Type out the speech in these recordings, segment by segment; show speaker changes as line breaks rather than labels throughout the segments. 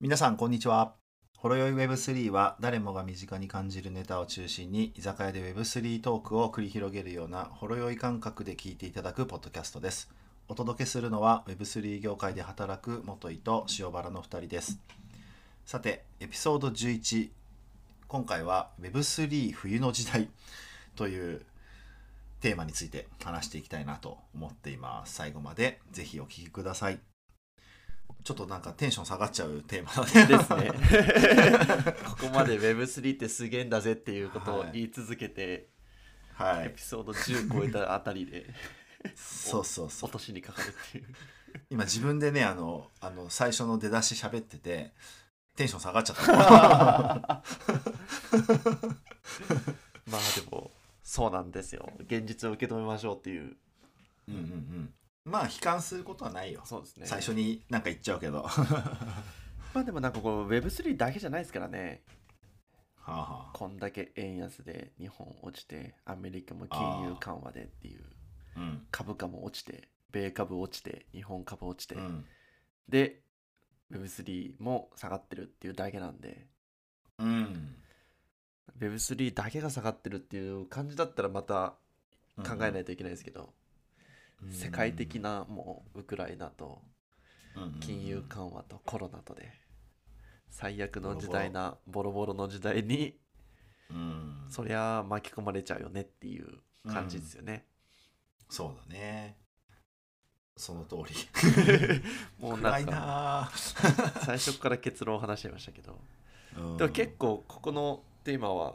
皆さんこんにちはほろよい Web3 は誰もが身近に感じるネタを中心に居酒屋で Web3 トークを繰り広げるようなほろ酔い感覚で聞いていただくポッドキャストですお届けするのは Web3 業界で働く元井と塩原の2人ですさてエピソード11今回は Web3 冬の時代 というテーマについて話していきたいなと思っています最後までぜひお聞きくださいちょっとなんかテンション下がっちゃうテーマだね
ですね ここまで Web3 ってすげえんだぜっていうことを言い続けて、
は
エ
い
ピソード10超えたあたりで
そうそうそう
落としにかかるって いう
今自分でねあのあの最初の出だし喋っててテンション下がっちゃ った
まあでもそうなんですよ現実を受け止めましょうっていう
うんうんうんまあ悲観することはないよ、
そうですね
最初になんか言っちゃうけ どは
まあでもなんかこう Web3 だけじゃないですからね
あはあ
こんだけ円安で日本落ちてアメリカも金融緩和でっていう
うん
株価も落ちて米株落ちて日本株落ちて、
うん
で Web3 も下がってるっていうだけなんで
うん
Web3 だけが下がってるっていう感じだったらまた考えないといけないですけど、
うん
世界的なもうウクライナと金融緩和とコロナとで最悪の時代なボロボロの時代に
うんうん
そりゃ巻き込まれちゃうよねっていう感じですよね、
そうだねその通 り
もうな
暗
ん
い
か
なあ
最初から結論を話しちゃいましたけど
うん
でも結構ここのテーマは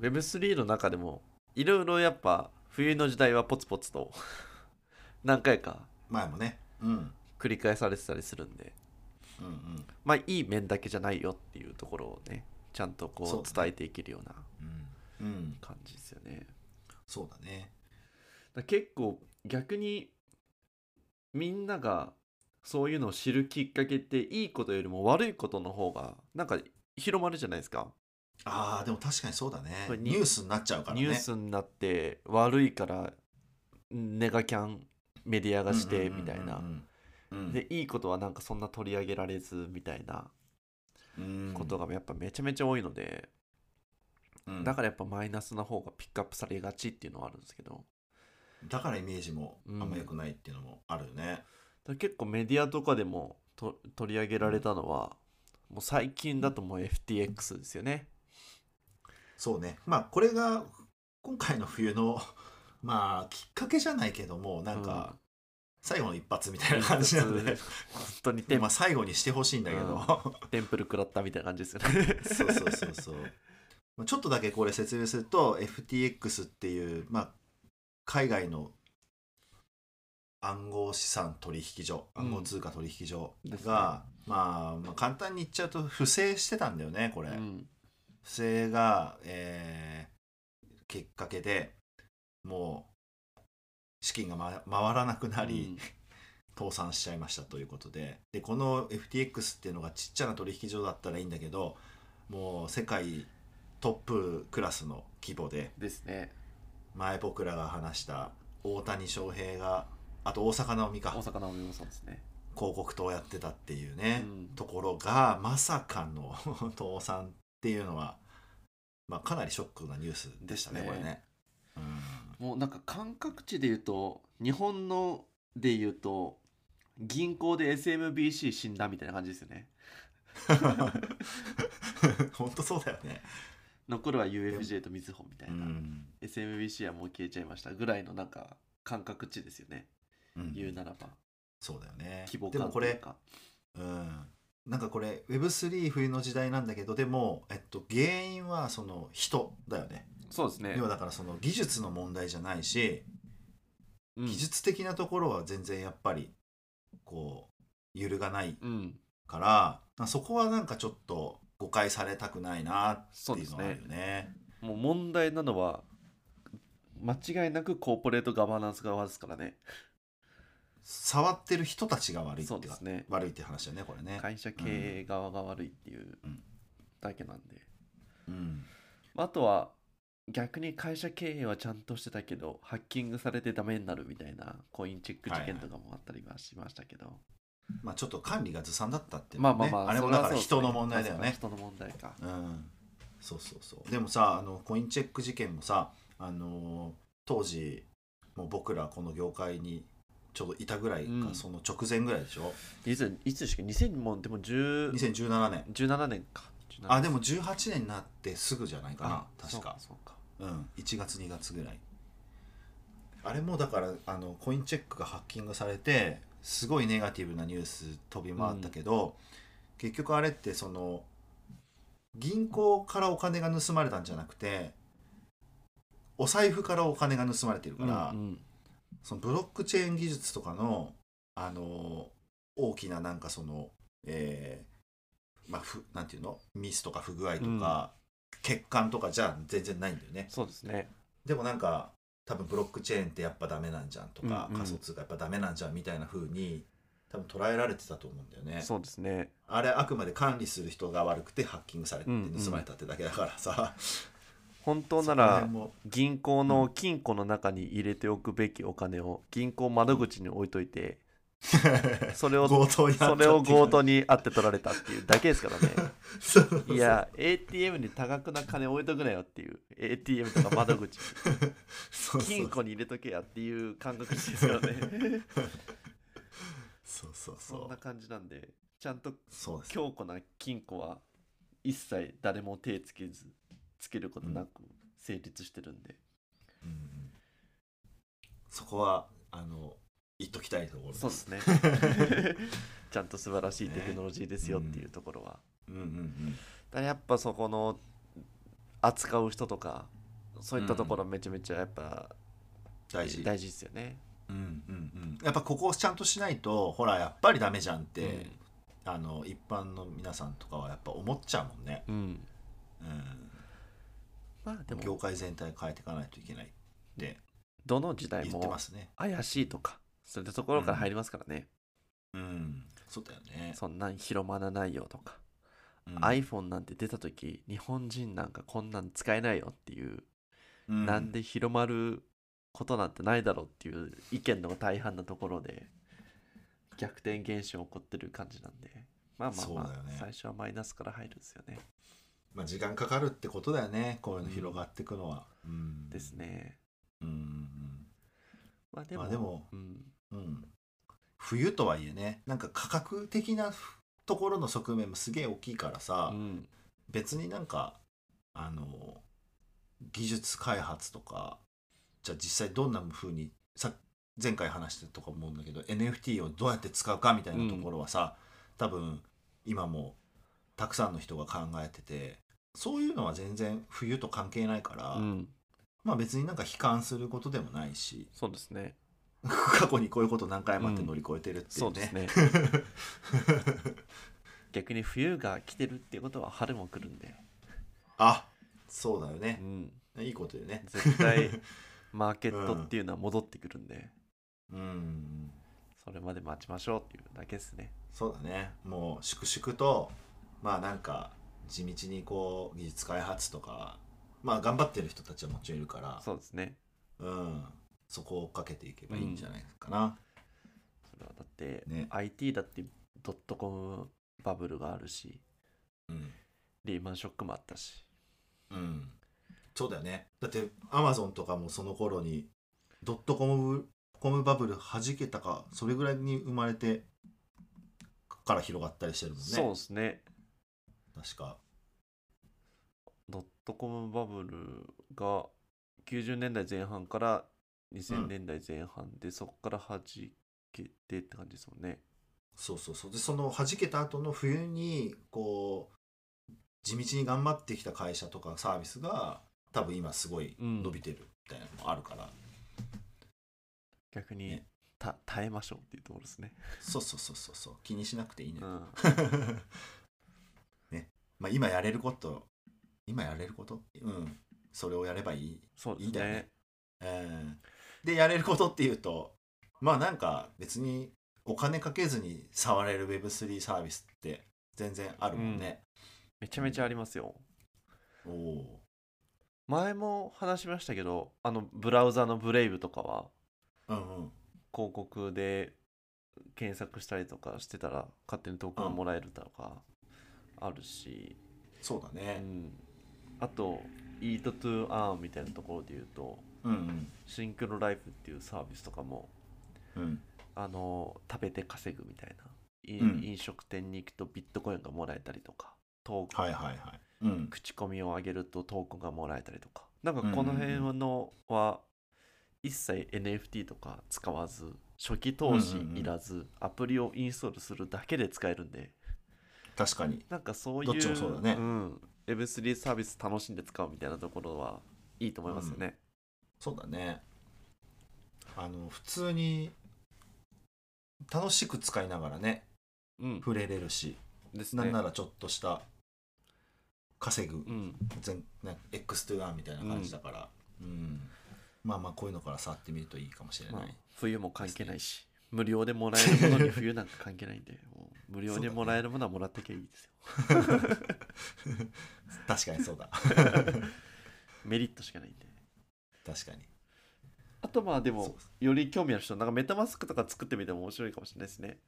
Web3 の中でもいろいろやっぱ冬の時代はポツポツと何回か
前もねうんうん
繰り返されてたりするんで
うん
まあいい面だけじゃないよっていうところをねちゃんと
そう
こ
ね
う伝えていけるような
うんうん
感じですよね。
そうだね
だから結構逆にみんながそういうのを知るきっかけっていいことよりも悪いことの方がなんか広まるじゃないですか。
ああでも確かにそうだね
これニ
ニ
ュ
ュースになっちゃうからね
ニュースになって悪いからネガキャンメディアがしてみたいな。
で
でいいことはなんかそんな取り上げられずみたいなこと
が、
がやっぱめちゃめちゃ多いので、
うん
だ
だ
か
から
やっぱマイナスな方がピックアップされがちっていうのはあるんですけどだから
イメージもあんま良くないっていうのもあるよね、
ら結構メディアとかでもと取り上げられたのはもう最近だともう FTX ですよね
そうねまあこれが今回の冬の まあきっかけじゃないけどもなんか最後の一発みたいな感じなん
うん
で
本、当にテ
で
ン
まあ最後にしてほしいんだけど、
うんテンプル食らったみたいな感じですよね
そうそうそうそうまあちょっとだけこれ説明すると FTX っていう、まあ、海外の暗号資産取引所
うん
暗号通貨取引所
ですね
が、まあ、まあ簡単に言っちゃうと不正してたんだよねこれ、
うん
不正が、えーきっかけでもう資金が、ま、回らなくなり、倒産しちゃいましたということででこの FTX っていうのがちっちゃな取引所だったらいいんだけどもう世界トップクラスの規模で
うんですね
前僕らが話した大谷翔平があと大坂なおみか
大
広
阪のおみもそうですね
告塔やってたっていうね、
うん
ところがまさかの 倒産っていうのは、まあ、かなりショックなニュースでしたね
です
こ
ね
れね。うん
もうなんか感覚値で言うと日本ので言うと銀行で SMBC 死んだみたいな感じですよね
本当そうだよね。
残るは UFJ とみずほみたいうな、
ん
SMBC はもう消えちゃいましたぐらいのなんか感覚値ですよね、
うん
言うならば
そうだよね。
規模
でも
感
こと
い
れ
うか
うんなんかこれ Web3 冬の時代なんだけどでも、えっと、原因はその人だよね
そうですね
要はだからその技術の問題じゃないし、
うん
技術的なところは全然やっぱりこう揺るがない
うん
からまあそこはなんかちょっと誤解されたくないな
そ
っ
う
て
で
いう
す
のはある
ね
よね。
もう問題なのは間違いなくコーポレートガバナンス側ですからね
触ってる人たちが悪いって
そ
か
うですね
悪いって話だよねこれね。
会社経営側が悪いっていう
うん
だけなんで、
うん
あとは逆に会社経営はちゃんとしてたけどハッキングされてダメになるみたいなコインチェック事件とかもあったりはしましたけど、
まあ、ちょっと管理がずさんだったっていう
ま
の
あ
も
まあ
ね、
まあ、
あれも
そり
だ
ゃ
から
そうです
人の問題だよね
人の問題か。
うんそうそうそうでもさあのコインチェック事件もさあのー当時もう僕らこの業界にちょうどいたぐらいか、
うん
その直前ぐらいでしょ
いついつでしたっけ2000もでも10
2017年
17年か。17
あでも18年になってすぐじゃないかな
そ
確
う
か
そうか
うん1月2月ぐらいあれもだからあのコインチェックがハッキングされてすごいネガティブなニュース飛び回ったけど、結局あれってその銀行からお金が盗まれたんじゃなくてお財布からお金が盗まれてるから、
うんうん
そのブロックチェーン技術とかの、あの大きななんかその、えーまあ、ふなんていうのミスとか不具合とか、欠陥とかじゃ全然ないんだよね。
そうですね。
でもなんか多分ブロックチェーンってやっぱダメなんじゃんとか、
うんうん
仮想通貨やっぱダメなんじゃんみたいな風に多分捉えられてたと思うんだよね。
そうですね。
あれあくまで管理する人が悪くてハッキングされて
うんうん
盗まれたってだけだからさ、
本当な
そこら
ら
辺も
銀行の金庫の中に入れておくべきお金を銀行窓口に置いと いて、それを
強盗にあった
そ
って
れ
いう
を強盗にあって取られたっていうだけですからね。
そうそう
いや、ATM に多額な金置いとくなよっていう、ATM とか 窓口、
そうそう
金庫に入れとけやっていう感覚ですからね。
そうそう そ
そんな
う
感じなんで、ちゃんと
そうです
強固な金庫は一切誰も手つけず、つけることなく成立してるんで、
うんうんそこはあの言っときたいところ
そうで すね。ちゃんと素晴らしいテクノロジーですよっていうところは。
うんうんうん
だからやっぱそこの扱う人とか、そういったところめちゃめちゃやっぱ
大事
大事ですよね。
うんうんうんやっぱここをちゃんとしないとほらやっぱりダメじゃんって、
うん
あの一般の皆さんとかはやっぱ思っちゃうもんね、
うん。
うん、
まあで
業
も
界全体変えていかないといけないって
どの時代
言って
も
ますね
怪しいとかそういったところから入りますからね、
うんそうだよね、
そんなん広まらないよとか、
うん、
iPhone なんて出た時日本人なんかこんなん使えないよっていう、
う
なんで広まることなんてないだろうっていう意見の大半のところで逆転現象起こってる感じなんでまあまあ
そう
ま
だよ
あ、
ね
最初はマイナスから入るんですよね、
まあ、時間かかるってことだよねこういうの広がっていくのは、うん
ですね
うんうん
まあで
うん
も,、
まあでも
うん、
うん、冬とはいえねなんか価格的なところの側面もすげえ大きいからさ、
うん
別になんかあの技術開発とかじゃあ実際どんな風にさ前回話してたとか思うんだけど NFT をどうやって使うかみたいなところはさ、多分今もたくさんの人が考えててそういうのは全然冬と関係ないから、
うん
まあ別になんか悲観することでもないし
そうですね
過去にこういうこと何回もあって乗り越えてるってい
そううです
ね。
ね逆に冬が来てるっていうことは春も来るんで、
あそうだよ
う
ね、
ん、
いいことよね。
絶対マーケットっていうのは戻ってくるんで、
うん
それまで待ちましょうっていうだけですね
そうだねもう粛々とまあなんか地道にこう技術開発とかまあ頑張ってる人たちはもちろんいるから
そうですね
うん、そこを追っかけていけばいいんじゃないかな、
それはだって、
ね
IT だってドットコムバブルがあるし
うん
リーマンショックもあったし
うんそうだよねだってアマゾンとかもその頃にドットコムコムバブル弾けたかそれぐらいに生まれてから広がったりしてるもんね
そうですね
確か
ドットコムバブルが90年代前半から2000年代前半で、そこから弾けてって感じですもんね
そうそうそうでその弾けた後の冬にこう地道に頑張ってきた会社とかサービスが多分今すごい
うん
伸びてるみたいなのもあるから、
逆に、
ね
た耐えましょうっていうところですね。
そうそうそうそうそう気にしなくていいね、
うん、
ねまあ、今やれること今やれることうんそれをやればいい、
そうで
いい
す
んだよ
ね
ね。うん、でやれることっていうとまあなんか別にお金かけずに触れる Web3 サービスって全然あるもんね、
めちゃめちゃありますよ。
おお
前も話しましたけど、あのブラウザのブレイブとかは
ーうんうん
広告で検索したりとかしてたら勝手にトークンがもらえるとかあるし、
そうだ
う
ね
ん、あと Eat to Earn みたいなところで言うと
うん
シンクロライフっていうサービスとかも
うんうん
あの食べて稼ぐみたいない
うん
飲食店に行くとビットコインがもらえたりとかトークン
はいはいはいうん
口コミを上げるとトークンがもらえたりとかなんかこの辺のは一切 NFT とか使わず初期投資いらずアプリをインストールするだけで使えるんで
確かに
なんかそうい
ど
う
っちもそうだね
うん Web3 サービス楽しんで使うみたいなところはいいと思いますよね。
そうだねあの普通に楽しく使いながらね
うん、
触れれるし、
です
なん
ね
な。らちょっとした稼ぐ
うん、
全、ね、X2 みたいな感じだから、うんまあまあこういうのから触ってみるといいかもしれない、
まあ、冬も関係ないし無料でもらえるもの に冬なんか関係ないんでもう無料でもらえるものはもらってきゃいいですよ。
確かにそうだ
メリットしかないんで。
確かに
あとまあで
そう
も
です
より興味ある人なんかメタマスクとか作ってみても面白いかもしれないですね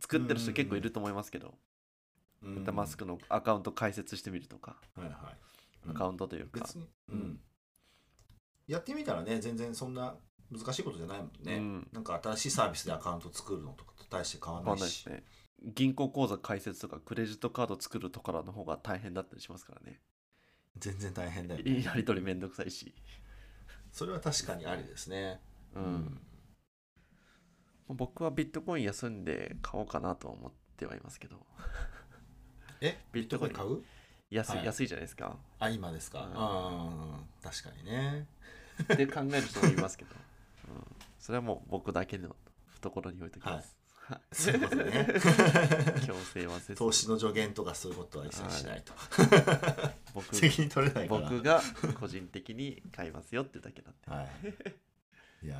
作ってる人結構いると思いますけど、メタマスクのアカウント開設してみるとか、
うんはいはいうん
アカウントというか、
別に、
う
うんん、やってみたらね全然そんな難しいことじゃないもんね、
うん
なんか新しいサービスでアカウント作るのとかと大して変わ
わ
らな
か
んい
ないで
し
すね銀行口座開設とかクレジットカード作るとかの方が大変だったりしますからね
全然大変だよね
やり取りめんどくさいし、
それは確かにありですね
うん僕はビットコイン休んで買おうかなとは思ってはいますけど
え
ビットコイン
買う
安い,、
はい
安いじゃないですか
あ今ですか、
うん
ああ確かにね
って考える人もいますけど、うん、それはもう僕だけの懐に置いときます、はい
そういうことね
強制はせず
投資の助言とかそういうことは一切しないと、
僕
責任取れないから
僕が個人的に買いますよってだけなんで
はい、いや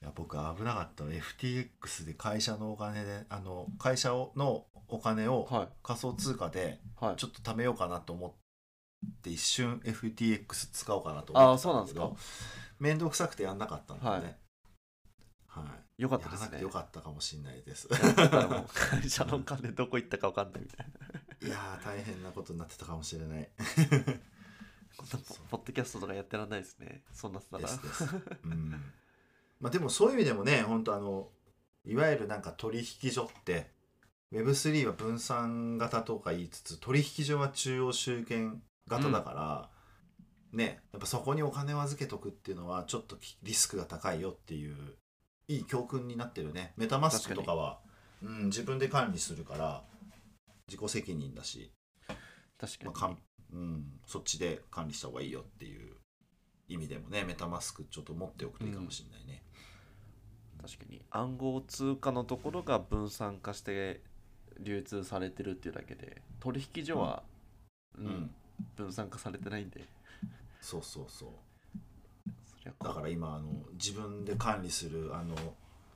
ーいや僕危なかったわ FTX で会社のお金であの会社をのお金を
は
仮想通貨で
いはい
ちょっと貯めようかなと思って一瞬 FTX 使おうかなと思
ああ
って
そう
た
なん
んだ
です
け
か
ど面倒くさくてやんなかったんだよね、はい
よかっ
や
たで
ら
す
なく
ね
てよかったかもしれない です
だからもう会社のお金どこ行ったか分かんないみたいない
やー大変なことになってたかもしれない
こんな
そう
ポッドキャストとかやってらんないですねそんなさ
で
ら
すです、うん まあ、でもそういう意味でもね本当あのいわゆるなんか取引所って Web3 は分散型とか言いつつ取引所は中央集権型だから、ねやっぱそこにお金を預けとくっていうのはちょっときリスクが高いよっていういい教訓になってるねメタマスクとかはうん、自分で管理するから自己責任だし、ま
確
あか
かに
んうん、そっちで管理した方がいいよっていう意味でもねメタマスクちょっと持っておくといいかもしれないね、
確かに暗号通貨のところが分散化して流通されてるっていうだけで取引所は、うん
うん
分散化されてないんで
そうそうそう
そりゃこ
だから今あの自分で管理するあの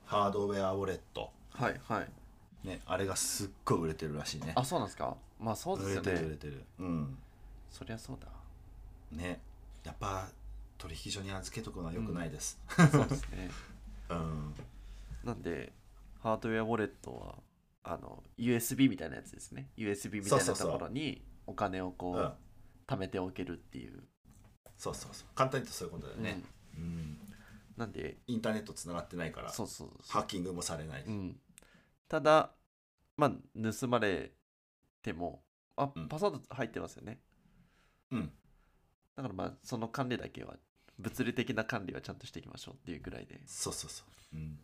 ハードウェアウォレット、
はいはい
ね、あれがすっごい売れてるらしいね
あそうなんですかまあそうですよ
売れてる売れ
ね
てるうん
そりゃそうだ
ねやっぱ取引所に預けとくのは良くないです
そうですね。
うん、
なんで、ハードウェアウォレットは、あの、USB みたいなやつですね。USB みた
そう
い
そ
な
うそう
ところにお金をこう、
うん
貯めておけるっていう。
そうそうそう簡単に言うとそういうことだよね、うん
うんなんで、
インターネットつながってないから
そうそうそ
ハ
う。
ッキングもされない、
うん、ただ、まあ、盗まれても、あ
うん、
パスワード入ってますよね。
うん
だからまあ、その管理だけは、物理的な管理はちゃんとしていきましょうっていうぐらいで。
そうそうそう、うん、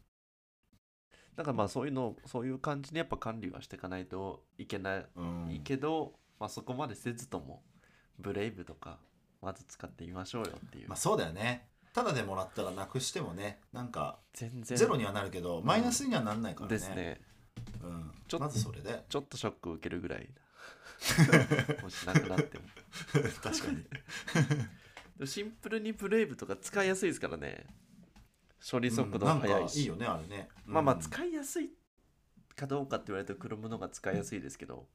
だからまあ、そういうの、そういう感じにやっぱ管理はしていかないといけない
うん
いいけど、まあ、そこまでせずともブレイブとかまず使ってみましょうよっていう、
まあそうだよねただでもらったらなくしてもねなんか
全然
ゼロにはなるけどマイナスにはなんないからね,、
ですね
うん、
ちょっと
まずそれで
ちょっとショックを受けるぐら いもしなくなっても
確か に
でもシンプルにブレイブとか使いやすいですからね処理速度
う
も
ん
速
なん
い
か
し、
いいよねあれね
まあまあ
うん
使いやすいかどうかって言われると Chrome の方が使いやすいですけど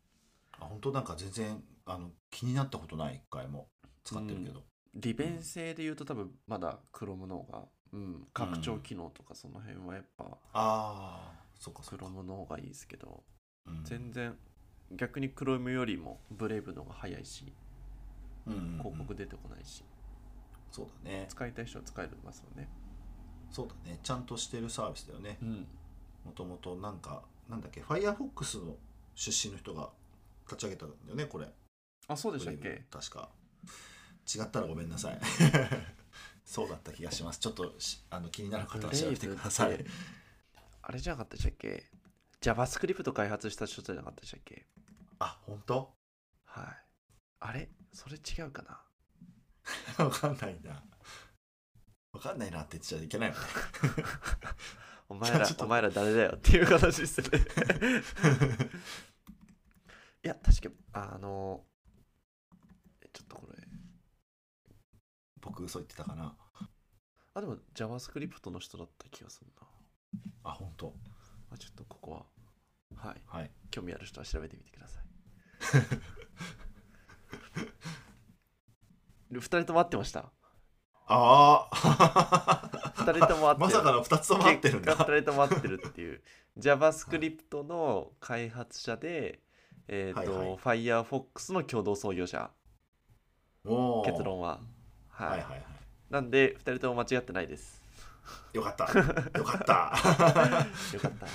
あ本当なんか全然あの気になったことない一回も使ってるけど、
利便性で言うと多分まだ Chrome の方がうん、拡張機能とかその辺はやっぱ
ああそっかそっか、
Chrome の方がいいですけど
うん、
全然逆に Chrome よりも Brave の方が早いし
うんうんうん
広告出てこないし
そうだね
使いたい人は使えますよね
そうだねちゃんとしてるサービスだよね
うん
もともとなんかなんだっけ Firefox の出身の人が立ち上げたんだよねこれ
あそうでしたっ
ブレイ
け
ブ確か違ったらごめんなさい そうだった気がしますちょっとしあの気になる方は調べてくださ
ブレ
い
イブってあれじゃなかったでしたっけ JavaScript を開発した人じゃなかったでしたっけ
あ本当
はいあれそれ違うかな
わかんないなわかんないなって言っちゃいけないもんね
お前
じゃあ
ら
ちょっと
お前ら誰だよっていう話で すよねいや確かあのえちょっとこれ
僕嘘言ってたかな
あでも JavaScript の人だった気がするな
あ本当
まあ、ちょっとここははい
はい
興味ある人は調べてみて ください2人とも合ってました
ああ
二人とも合ってる
まさかの2つとも合ってるん
結果
だ
2人とも合ってるっていう JavaScript の開発者で、えっ、と、
はいはい
Firefox の共同創業者
おー
結論ははい、
はいはいはい
なんで2人とも間違ってないです
よかったよかったは
よかった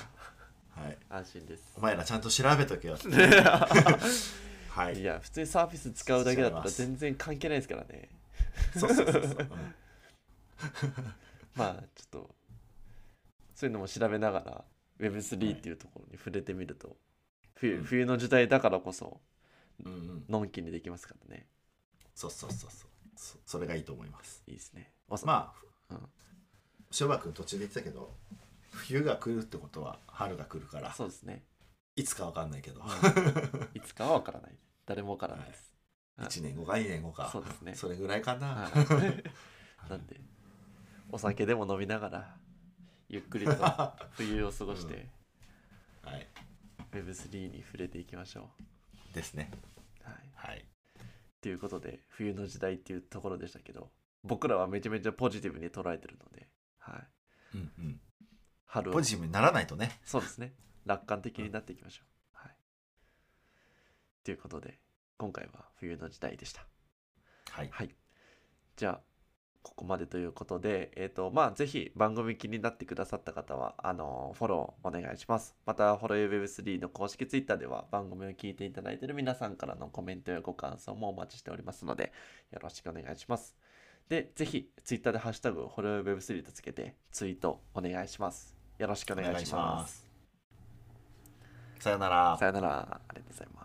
い
安心です
お前らちゃんと調べとけよはいい
や普通にサーフィス使うだけだった
違いま
ら
す
全然関係ないですからね
そうそうそうそう
まあちょっとそういうのも調べながら Web3 っていうところに触れてみると、冬
うん
冬の時代だからこそ
うんうんうん
のんきにできますからね
そうそうそうそうそそれがいいと思います
いいですねまあ
まあ
うん
塩馬君途中で言ってたけど冬が来るってことは春が来るから
そうですね
いつかわかんないけど
いつかは分からない誰も分からないです、はい
1年後か2年後か
そうですね
それぐらいかな、
はい、なんでお酒でも飲みながらゆっくりと冬を過ごして
はい
Web3 に触れていきましょ
ですね
うはい
はい
ということで冬の時代っていうところでしたけど僕らはめちゃめちゃポジティブに捉えてるので、は
う
い、
んうん
春を
ポジティブにならないとね
そうですね楽観的になっていきましょう、はい、ということで今回は冬の時代でした
はい
はいじゃあここまでということで、えっ、と、まあ、ぜひ番組気になってくださった方は、あのフォローお願いします。また、フォロー Web3 の公式ツイッターでは、番組を聞いていただいている皆さんからのコメントやご感想もお待ちしておりますので、よろしくお願いします。で、ぜひ、ツイッターでハッシュタグ、フォロー Web3 とつけて、ツイートお願いします。よろしくお願いします。
さよなら
さよなら、ありがとうございます。